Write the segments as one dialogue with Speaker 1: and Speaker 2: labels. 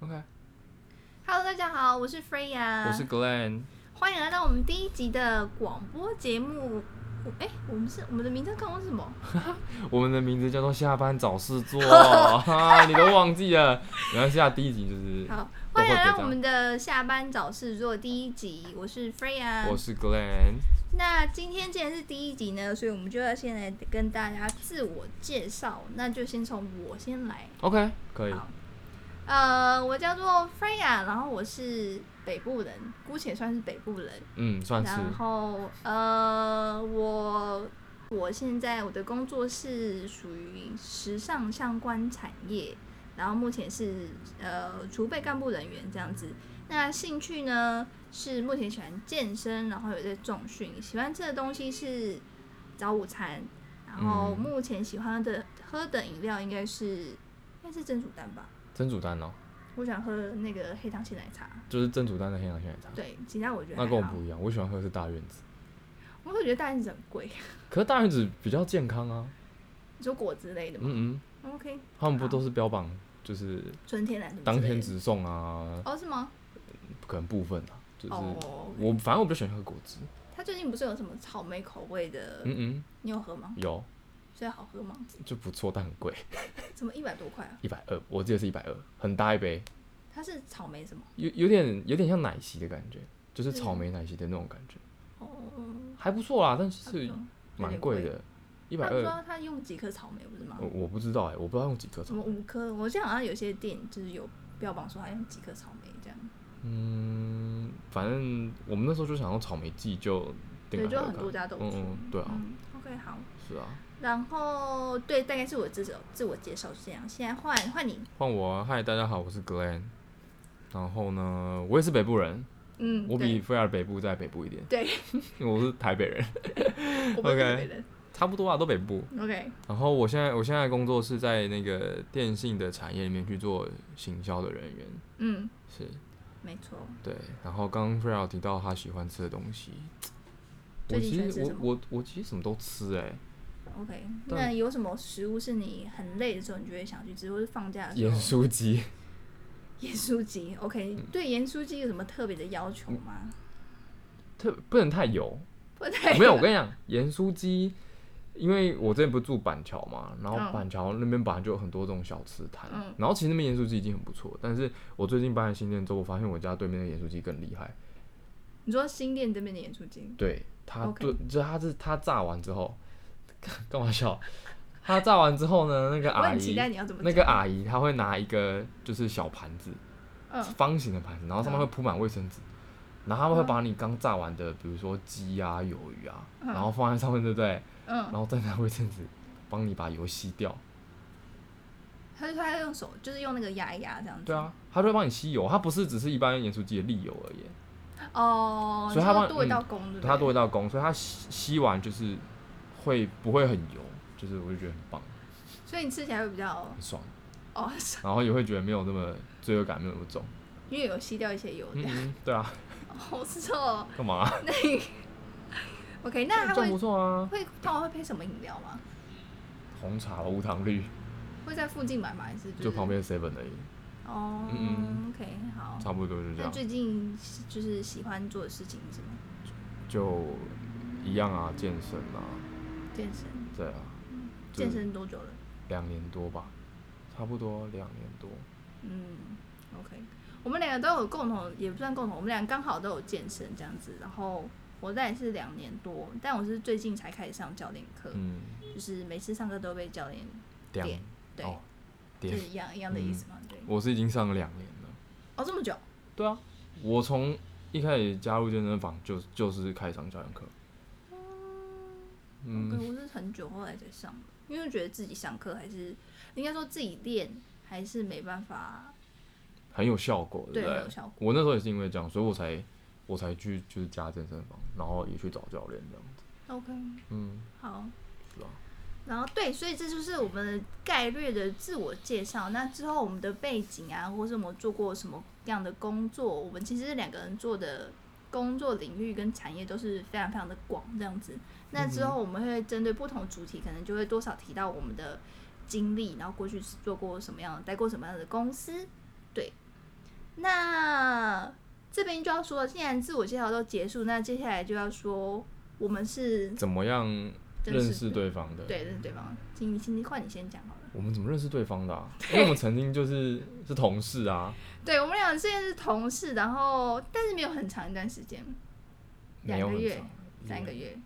Speaker 1: OK，
Speaker 2: Hello，大家好，我是 Freya，
Speaker 1: 我是 Glenn，
Speaker 2: 欢迎来到我们第一集的广播节目。我哎、我们是我们的名称刚刚是什么？
Speaker 1: 我们的名字叫做下班找事 做，哈，你都忘记了。然后下啊第一集就是，
Speaker 2: 好，
Speaker 1: 都
Speaker 2: 欢
Speaker 1: 会
Speaker 2: 迎来
Speaker 1: 这
Speaker 2: 到
Speaker 1: 样
Speaker 2: 我们的下班找事做第一集，我是 Freya。
Speaker 1: 我是 Glenn，
Speaker 2: 那今天既然是第一集呢，所以我们就要先来跟大家自我介绍，那就先从我先来。
Speaker 1: OK，可以，
Speaker 2: 好呃，我叫做 Freya，然后我是北部人，姑且算是北部人。
Speaker 1: 嗯，算是
Speaker 2: 然后呃，我我现在我的工作是属于时尚相关产业，然后目前是呃储备干部人员这样子。那兴趣呢是目前喜欢健身，然后有在重训，喜欢吃的东西是早午餐，然后
Speaker 1: 嗯
Speaker 2: 目前喜欢的喝的饮料应该是应该是珍珠丹吧，
Speaker 1: 真主丹哦，
Speaker 2: 我喜欢喝那个黑糖鲜奶茶。
Speaker 1: 就是真主丹的黑糖鲜奶茶。
Speaker 2: 对，啊其他我觉得
Speaker 1: 那
Speaker 2: 还
Speaker 1: 跟我
Speaker 2: 好
Speaker 1: 不一样，我喜欢喝的是大院子，
Speaker 2: 我会觉得大燕子很贵。
Speaker 1: 可是大院子比较健康啊。
Speaker 2: 你说果汁类的吗、
Speaker 1: 嗯嗯，
Speaker 2: o k
Speaker 1: 他们不都是标榜就是
Speaker 2: 纯天然什么
Speaker 1: 当
Speaker 2: 之类
Speaker 1: 天
Speaker 2: 的
Speaker 1: 直送啊，
Speaker 2: 哦，是吗？
Speaker 1: 可能部分啊，就是
Speaker 2: 哦，
Speaker 1: 我反正我比较喜欢喝果汁。
Speaker 2: 它最近不是有什么草莓口味的，
Speaker 1: 嗯嗯，
Speaker 2: 你有喝吗？
Speaker 1: 有
Speaker 2: 所以好喝吗？
Speaker 1: 就不错，但很贵，
Speaker 2: 怎么一百多块啊？
Speaker 1: 一百二，我记得是一百二，很大一杯。
Speaker 2: 它是草莓什么？
Speaker 1: 有有点有点像奶昔的感觉，就是
Speaker 2: 嗯
Speaker 1: 草莓奶昔的那种感觉，
Speaker 2: 哦，
Speaker 1: 还不错啦，但
Speaker 2: 差
Speaker 1: 是
Speaker 2: 不多
Speaker 1: 蛮贵
Speaker 2: 有
Speaker 1: 的，一百
Speaker 2: 他们
Speaker 1: 二，
Speaker 2: 说它用几颗草莓，不是吗
Speaker 1: 我？我不知道哎、我不知道用几颗
Speaker 2: 什
Speaker 1: 草
Speaker 2: 么
Speaker 1: 莓，
Speaker 2: 五颗？我记得好像有些店就是有标榜说它用几颗草莓这样，
Speaker 1: 嗯，反正我们那时候就想用草莓季就定
Speaker 2: 对，
Speaker 1: 了
Speaker 2: 就
Speaker 1: 还有
Speaker 2: 很多
Speaker 1: 看
Speaker 2: 家都有
Speaker 1: 嗯
Speaker 2: 出。
Speaker 1: 嗯，对啊，
Speaker 2: 嗯，OK，好。
Speaker 1: 是啊，
Speaker 2: 然后对，大概是我自我自我介绍是这样。现在换换你，
Speaker 1: 换我啊，嗨，大家好，我是 Glenn，然后呢，我也是北部人，
Speaker 2: 嗯，
Speaker 1: 我
Speaker 2: 对
Speaker 1: 比菲尔北部在北部一点，
Speaker 2: 对，
Speaker 1: 我是台北人，
Speaker 2: 我不是
Speaker 1: OK
Speaker 2: 台北人
Speaker 1: 差不多啊，都北部。
Speaker 2: ，OK，
Speaker 1: 然后我现在我现在的工作是在那个电信的产业里面去做行销的人员，
Speaker 2: 嗯，
Speaker 1: 是
Speaker 2: 没错，
Speaker 1: 对，然后刚刚 f r e l 提到他喜欢吃的东西，我
Speaker 2: 最近喜
Speaker 1: 其
Speaker 2: 欢
Speaker 1: 实
Speaker 2: 吃
Speaker 1: 我
Speaker 2: 什么
Speaker 1: 我我其实什么都吃哎、
Speaker 2: OK，
Speaker 1: 但
Speaker 2: 那有什么食物是你很累的时候，你就会想去吃，或啊是放假的时
Speaker 1: 盐
Speaker 2: 候？
Speaker 1: 酥嗯鸡，
Speaker 2: 盐酥鸡，OK，你对盐酥鸡有什么特别的要求吗？
Speaker 1: 嗯特不能太 油，
Speaker 2: 不太
Speaker 1: 没有，我跟你讲，盐酥鸡，因为我之前不是住板桥嘛，然后
Speaker 2: 嗯
Speaker 1: 板桥那边本来就有很多这种小吃摊，
Speaker 2: 嗯
Speaker 1: 然后其实那边盐酥鸡已经很不错，但是我最近搬来新店之后，我发现我家对面的盐酥鸡更厉害，
Speaker 2: 你说新店这边的盐酥鸡，
Speaker 1: 对，它
Speaker 2: OK
Speaker 1: 炖，就它是它炸完之后， 干嘛笑？它炸完之后呢，那个
Speaker 2: 我
Speaker 1: 阿
Speaker 2: 很期
Speaker 1: 姨，
Speaker 2: 待你要怎么
Speaker 1: 那
Speaker 2: 讲
Speaker 1: 个，阿姨她会拿一个就是小盘子，
Speaker 2: 嗯
Speaker 1: 方形的盘子，然后上面
Speaker 2: 嗯
Speaker 1: 会铺满卫生纸，然后他们会
Speaker 2: 嗯
Speaker 1: 把你刚炸完的，比如说鸡啊、鱿鱼啊，
Speaker 2: 嗯
Speaker 1: 然后放在上面，对不对？然
Speaker 2: 嗯，
Speaker 1: 后再拿卫生纸帮你把油吸掉。
Speaker 2: 他就说他用手，就是用那个压一压这样子，
Speaker 1: 对，啊，他就会帮你吸油，它不是只是一般盐酥鸡的沥油而已，
Speaker 2: 哦，
Speaker 1: 所以他
Speaker 2: 就是
Speaker 1: 帮
Speaker 2: 多
Speaker 1: 嗯
Speaker 2: 一道工，对不对
Speaker 1: 它多一道工，所以它吸吸完就是会不会很油，就是我就觉得很棒，
Speaker 2: 所以你吃起来会比较
Speaker 1: 很爽，
Speaker 2: 哦，
Speaker 1: 然后也会觉得没有那么罪恶感，没有那么重。
Speaker 2: 因为有吸掉一些油，
Speaker 1: 嗯嗯，对啊，
Speaker 2: 好吃哦。
Speaker 1: 干嘛、啊？
Speaker 2: 那你 OK，那还
Speaker 1: 这样
Speaker 2: 会
Speaker 1: 不错啊，
Speaker 2: 会通常会配什么饮料吗？
Speaker 1: 红茶无糖绿，
Speaker 2: 会在附近买吗？还是
Speaker 1: 就旁
Speaker 2: 是
Speaker 1: 边 seven 而已，
Speaker 2: 哦、
Speaker 1: 嗯
Speaker 2: o k 好。
Speaker 1: 差不多就这
Speaker 2: 那
Speaker 1: 样，
Speaker 2: 最近喜就是喜欢做的事情是什么？
Speaker 1: 就一样啊，健身啊，
Speaker 2: 健身，
Speaker 1: 对啊，就
Speaker 2: 健身多久了？
Speaker 1: 两年多吧，差不多两年多，
Speaker 2: 嗯，OK，我们两个都有共同，也不算共同，我们俩刚好都有健身这样子。然后我在也是两年多，但我是最近才开始上教练课，
Speaker 1: 嗯，
Speaker 2: 就是每次上课都被教练
Speaker 1: 两
Speaker 2: 呃点对，
Speaker 1: 哦，嗯
Speaker 2: 就
Speaker 1: 点
Speaker 2: 是一样一样的意思嘛，对。
Speaker 1: 我是已经上了两年了。
Speaker 2: 哦，这么久，
Speaker 1: 对啊，我从一开始加入健身房就就是开始上教练课。
Speaker 2: 嗯，
Speaker 1: 嗯，
Speaker 2: 我是很久后来才上的，因为觉得自己上课还是应该说自己练还是没办法，
Speaker 1: 很有效果，
Speaker 2: 对，
Speaker 1: 不
Speaker 2: 很
Speaker 1: 对
Speaker 2: 有？效果。
Speaker 1: 我那时候也是因为这样，所以我才我才去就是加健身房，然后也去找教练这样子。
Speaker 2: OK，
Speaker 1: 嗯，
Speaker 2: 好。
Speaker 1: 是吧？
Speaker 2: 然后对，所以这就是我们概略的自我介绍。那之后我们的背景啊，或是我们做过什么样的工作，我们其实两个人做的工作领域跟产业都是非常非常的广这样子。那之后我们会针对不同主题，可能就会多少提到我们的经历，然后过去是做过什么样的，待过什么样的公司。对，那这边就要说，既然自我介绍都结束，那接下来就要说我们是
Speaker 1: 怎么样
Speaker 2: 嗯真
Speaker 1: 认
Speaker 2: 实
Speaker 1: 识对方的？
Speaker 2: 对认识对方。请你，请你换你先讲好了。
Speaker 1: 我们怎么认识对方的、 啊？因为我们曾经就是是同事啊，
Speaker 2: 对我们俩之前是同事，然后但是没有很长一段时
Speaker 1: 嗯
Speaker 2: 间，
Speaker 1: 没有
Speaker 2: 两个
Speaker 1: 很
Speaker 2: 月
Speaker 1: 长，
Speaker 2: 三个
Speaker 1: 月，
Speaker 2: 月，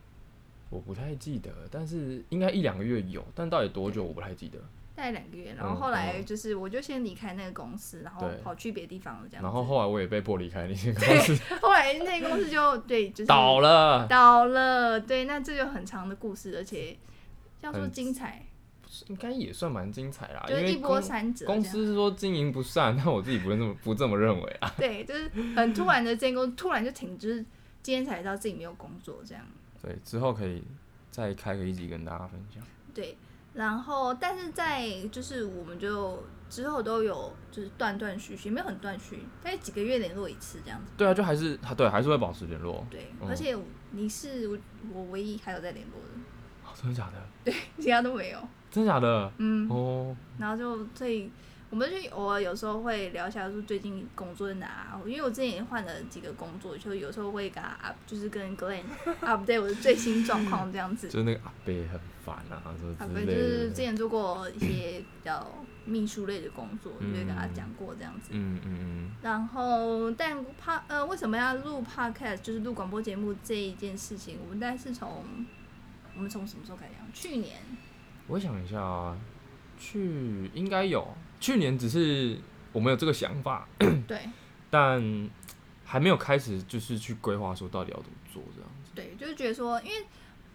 Speaker 1: 我不太记得，但是应该一两个月有，但到底多久我不太记得。
Speaker 2: 大概两个月。然后
Speaker 1: 嗯
Speaker 2: 后来
Speaker 1: 嗯
Speaker 2: 就是，我就先离开那个公司，然后
Speaker 1: 对
Speaker 2: 跑去别的地方了，这样子。
Speaker 1: 然后后来我也被迫离开那 些公司，
Speaker 2: 对， 后来那个公司就对，就是
Speaker 1: 倒了，
Speaker 2: 倒了。对，那这就很长的故事，而且要说
Speaker 1: 很
Speaker 2: 精彩，
Speaker 1: 应该也算蛮精彩啦。
Speaker 2: 就
Speaker 1: 因
Speaker 2: 是
Speaker 1: 为
Speaker 2: 一波
Speaker 1: 公
Speaker 2: 三折。
Speaker 1: 公司是说经营不善， 但我自己不这么不这么认为啊。
Speaker 2: 对，就是很突然的，这间公司突然就停，就是今天才知道自己没有工作这样。
Speaker 1: 对，之后可以再开个一集跟大家分享。
Speaker 2: 对，然后但是在就是我们就之后都有就是断断续续，没有很断续，大概几个月联络一次这样子。
Speaker 1: 对啊，就还是对，还是会保持联络。
Speaker 2: 对，
Speaker 1: 嗯
Speaker 2: 而且你是我我唯一还有在联络的，
Speaker 1: 哦真的假的？
Speaker 2: 其他都没有。
Speaker 1: 真的假的？
Speaker 2: 嗯，
Speaker 1: 哦，
Speaker 2: 然后就所以我们就偶尔有时候会聊一下，就是最近工作在哪、啊因为我之前也换了几个工作，就有时候会给他 up，就是 跟 Glenn update 我的最新状况这样子
Speaker 1: 就。是那个阿贝很烦啊，什么
Speaker 2: 啊，
Speaker 1: 之
Speaker 2: 不
Speaker 1: 类
Speaker 2: 是，
Speaker 1: 的。
Speaker 2: 就是之前做过一些比较秘书类的工作，就
Speaker 1: 嗯
Speaker 2: 会跟他讲过这样子。
Speaker 1: 嗯嗯
Speaker 2: 然后，但怕呃，为什么要录 podcast，就是录广播节目这一件事情，我们大概是从我们从什么时候开始讲？去年，
Speaker 1: 嗯，我想一下啊，去应该有，去年只是我们有这个想法，
Speaker 2: 对
Speaker 1: 但还没有开始就是去规划说到底要怎么做这样子。
Speaker 2: 对，就是觉得说，因为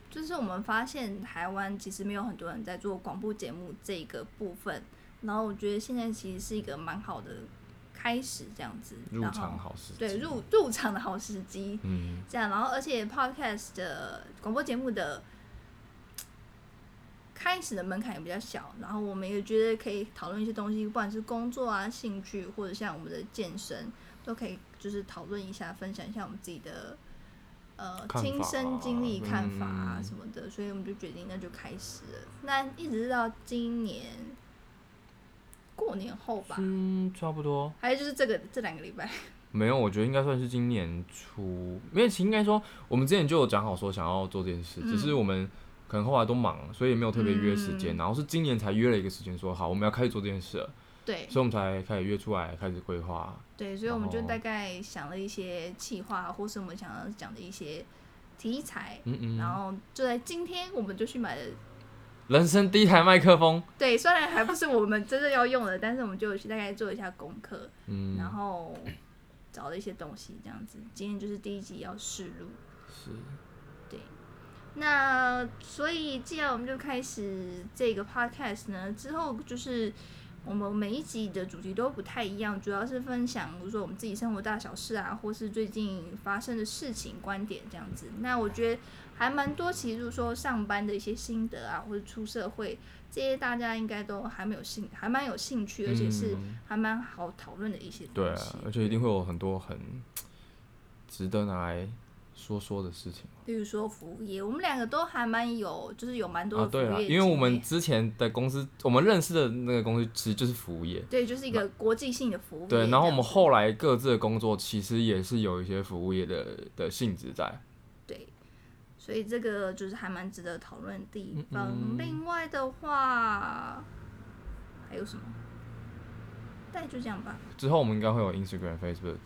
Speaker 2: 就是我们发现台湾其实没有很多人在做广播节目这个部分，然后我觉得现在其实是一个蛮好的开始，这样子，
Speaker 1: 入
Speaker 2: 然后
Speaker 1: 场好时机。
Speaker 2: 对入入场的好时机，
Speaker 1: 嗯，
Speaker 2: 这样，然后而且 podcast 的广播节目的开始的门槛也比较小，然后我们也觉得可以讨论一些东西，不管是工作啊、兴趣，或者像我们的健身，都可以就是讨论一下，分享一下我们自己的呃
Speaker 1: 看法
Speaker 2: 亲身经历、看法啊
Speaker 1: 嗯
Speaker 2: 什么的，所以我们就决定那就开始了。那一直到今年过年后吧，
Speaker 1: 嗯，差不多。
Speaker 2: 还有就是这个这两个礼拜，
Speaker 1: 没有，我觉得应该算是今年初，因为其实应该说我们之前就有讲好说想要做这件事，
Speaker 2: 嗯
Speaker 1: 只是我们可能后来都忙，所以也没有特别约时间，
Speaker 2: 嗯
Speaker 1: 然后是今年才约了一个时间说好我们要开始做这件事了，
Speaker 2: 对
Speaker 1: 所以我们才开始约出来开始规划。
Speaker 2: 对，所以我们就
Speaker 1: 然后
Speaker 2: 大概想了一些企划，或是我们想要讲的一些题材，
Speaker 1: 嗯
Speaker 2: 然
Speaker 1: 嗯，
Speaker 2: 后就在今天，我们就去买了。
Speaker 1: 人生第一台麦克风，
Speaker 2: 对，虽然还不是我们真正要用的，但是我们就去大概做一下功课，
Speaker 1: 嗯，
Speaker 2: 然后找了一些东西，这样子。今天就是第一集要试录，
Speaker 1: 是
Speaker 2: 那所以既然我们就开始这个 podcast 呢，之后就是我们每一集的主题都不太一样，主要是分享，比如说我们自己生活大小事啊，或是最近发生的事情、观点这样子。那我觉得还蛮多，其实就是说上班的一些心得啊，或者出社会这些，大家应该都还没有兴，还蛮有兴趣，而且是
Speaker 1: 嗯
Speaker 2: 还蛮好讨论的一些东
Speaker 1: 对啊
Speaker 2: 西。，
Speaker 1: 而且一定会有很多很值得拿来说说的事情。
Speaker 2: 比如说服务业，我们两个都还蛮有，就是有蛮多
Speaker 1: 啊，
Speaker 2: 的服务
Speaker 1: 对
Speaker 2: 业、
Speaker 1: 了，因为我们之前的公司，我们认识的那个公司其实就是服务业，
Speaker 2: 对，就是一个国际性的服务业这
Speaker 1: 对，
Speaker 2: 样。
Speaker 1: 然后我们后来各自的工作其实也是有一些服务业的的性质在。
Speaker 2: 对，所以这个就是还蛮值得讨论的地方。
Speaker 1: 嗯嗯
Speaker 2: 另外的话，还有什么？大概就这样吧。
Speaker 1: 之后我们应该会有 Instagram、Facebook，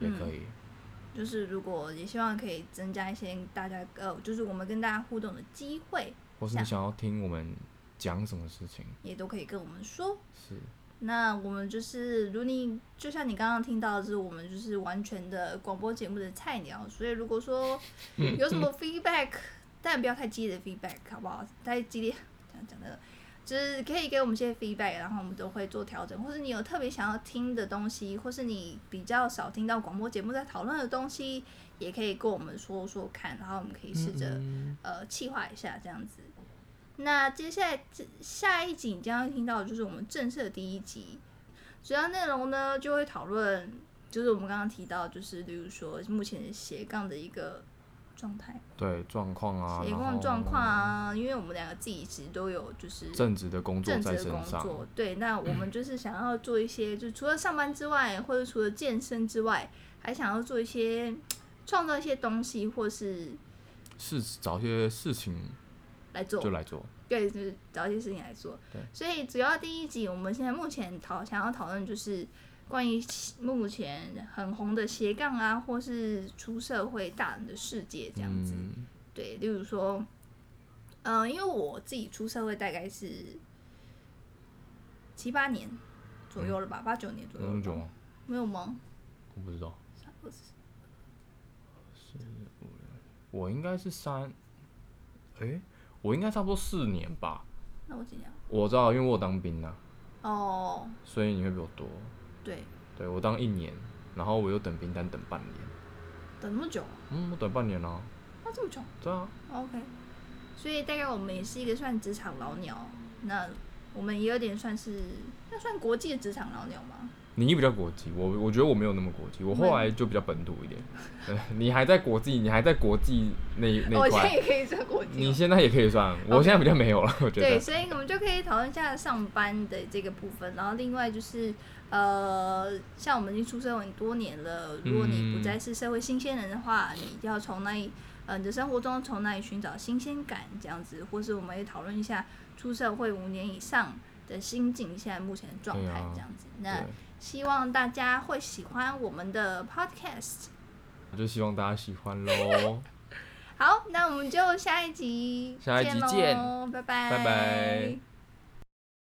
Speaker 1: 也
Speaker 2: 嗯
Speaker 1: 可以。
Speaker 2: 就是如果也希望可以增加一些大家呃，就是我们跟大家互动的机会，
Speaker 1: 或是你想要听我们讲什么事情，
Speaker 2: 也都可以跟我们说。
Speaker 1: 是
Speaker 2: 那我们就是，如你就像你刚刚听到的，就是我们就是完全的广播节目的菜鸟，所以如果说有什么 feedback，但不要太激烈的 feedback，好不好？太激烈，这样讲的，就是可以给我们一些 feedback，然后我们都会做调整，或是你有特别想要听的东西，或是你比较少听到广播节目在讨论的东西，也可以跟我们说说看，然后我们可以试着、
Speaker 1: 嗯
Speaker 2: 呃气化一下这样子。那接下来这下一集你将会听到的就是我们正式的第一集，主要内容呢就会讨论，就是我们刚刚提到，就是例如说目前斜杠的一个状态，
Speaker 1: 对状况啊，
Speaker 2: 写
Speaker 1: 然
Speaker 2: 工
Speaker 1: 后
Speaker 2: 的状况啊，因为我们两个自己其实都有就是
Speaker 1: 正职的工作
Speaker 2: 正
Speaker 1: 在
Speaker 2: 职的
Speaker 1: 身
Speaker 2: 工
Speaker 1: 上，
Speaker 2: 作，对， 那我们就是想要做一些，就除了上班之外，或者除了健身之外，还想要做一些创造一些东西，或是
Speaker 1: 是找一些事情
Speaker 2: 来做
Speaker 1: 就来做。
Speaker 2: 对，就是找一些事情来做
Speaker 1: 对。
Speaker 2: 所以主要第一集，我们现在目前讨想要讨论就是关于目前很红的斜杠啊，或是出社会大人的世界这样子。
Speaker 1: 嗯，
Speaker 2: 对，例如说，嗯、因为我自己出社会大概是七八年左右了吧，八九年左右
Speaker 1: 嗯那
Speaker 2: 了吧
Speaker 1: 么久吗？
Speaker 2: 没有吗？
Speaker 1: 我不知道。四五六，我应该是三，诶、我应该差不多四年吧。
Speaker 2: 那我尽量。
Speaker 1: 我知道，因为我有当兵啊，
Speaker 2: 哦，
Speaker 1: 所以你会比我多。
Speaker 2: 对，
Speaker 1: 对我当一年，然后我又等兵单等半年。
Speaker 2: 等那么久，
Speaker 1: 嗯，我等半年啊。
Speaker 2: 那、这么久
Speaker 1: 对啊，
Speaker 2: ，OK。所以大概我们也是一个算职场老鸟，那我们也有点算是，那算国际的职场老鸟吗？
Speaker 1: 你比较国际，我我觉得我没有那么国际，我后来就比较本土一点。 对你还在国际，你还在国际那那
Speaker 2: 哦我
Speaker 1: 一
Speaker 2: 现在
Speaker 1: 块，
Speaker 2: 也可以算国际
Speaker 1: 你
Speaker 2: 了。
Speaker 1: 现在也可以算，我现在比较没有了，我觉
Speaker 2: 对，
Speaker 1: 得。
Speaker 2: 所以我们就可以讨论一下上班的这个部分，然后另外就是呃，像我们已经出社会很多年了，如果你不
Speaker 1: 嗯
Speaker 2: 再是社会新鲜人的话，你要从哪里呃你的生活中从哪里寻找新鲜感这样子，或是我们也讨论一下出社会五年以上的心境现在目前的状
Speaker 1: 对
Speaker 2: 态
Speaker 1: 啊
Speaker 2: 这样子。那
Speaker 1: 对，
Speaker 2: 希望大家会喜欢我们的 podcast。
Speaker 1: 我就希望大家喜欢喽，
Speaker 2: 好，那我们就下一集
Speaker 1: 下一集见
Speaker 2: 喽，拜拜，
Speaker 1: 拜拜。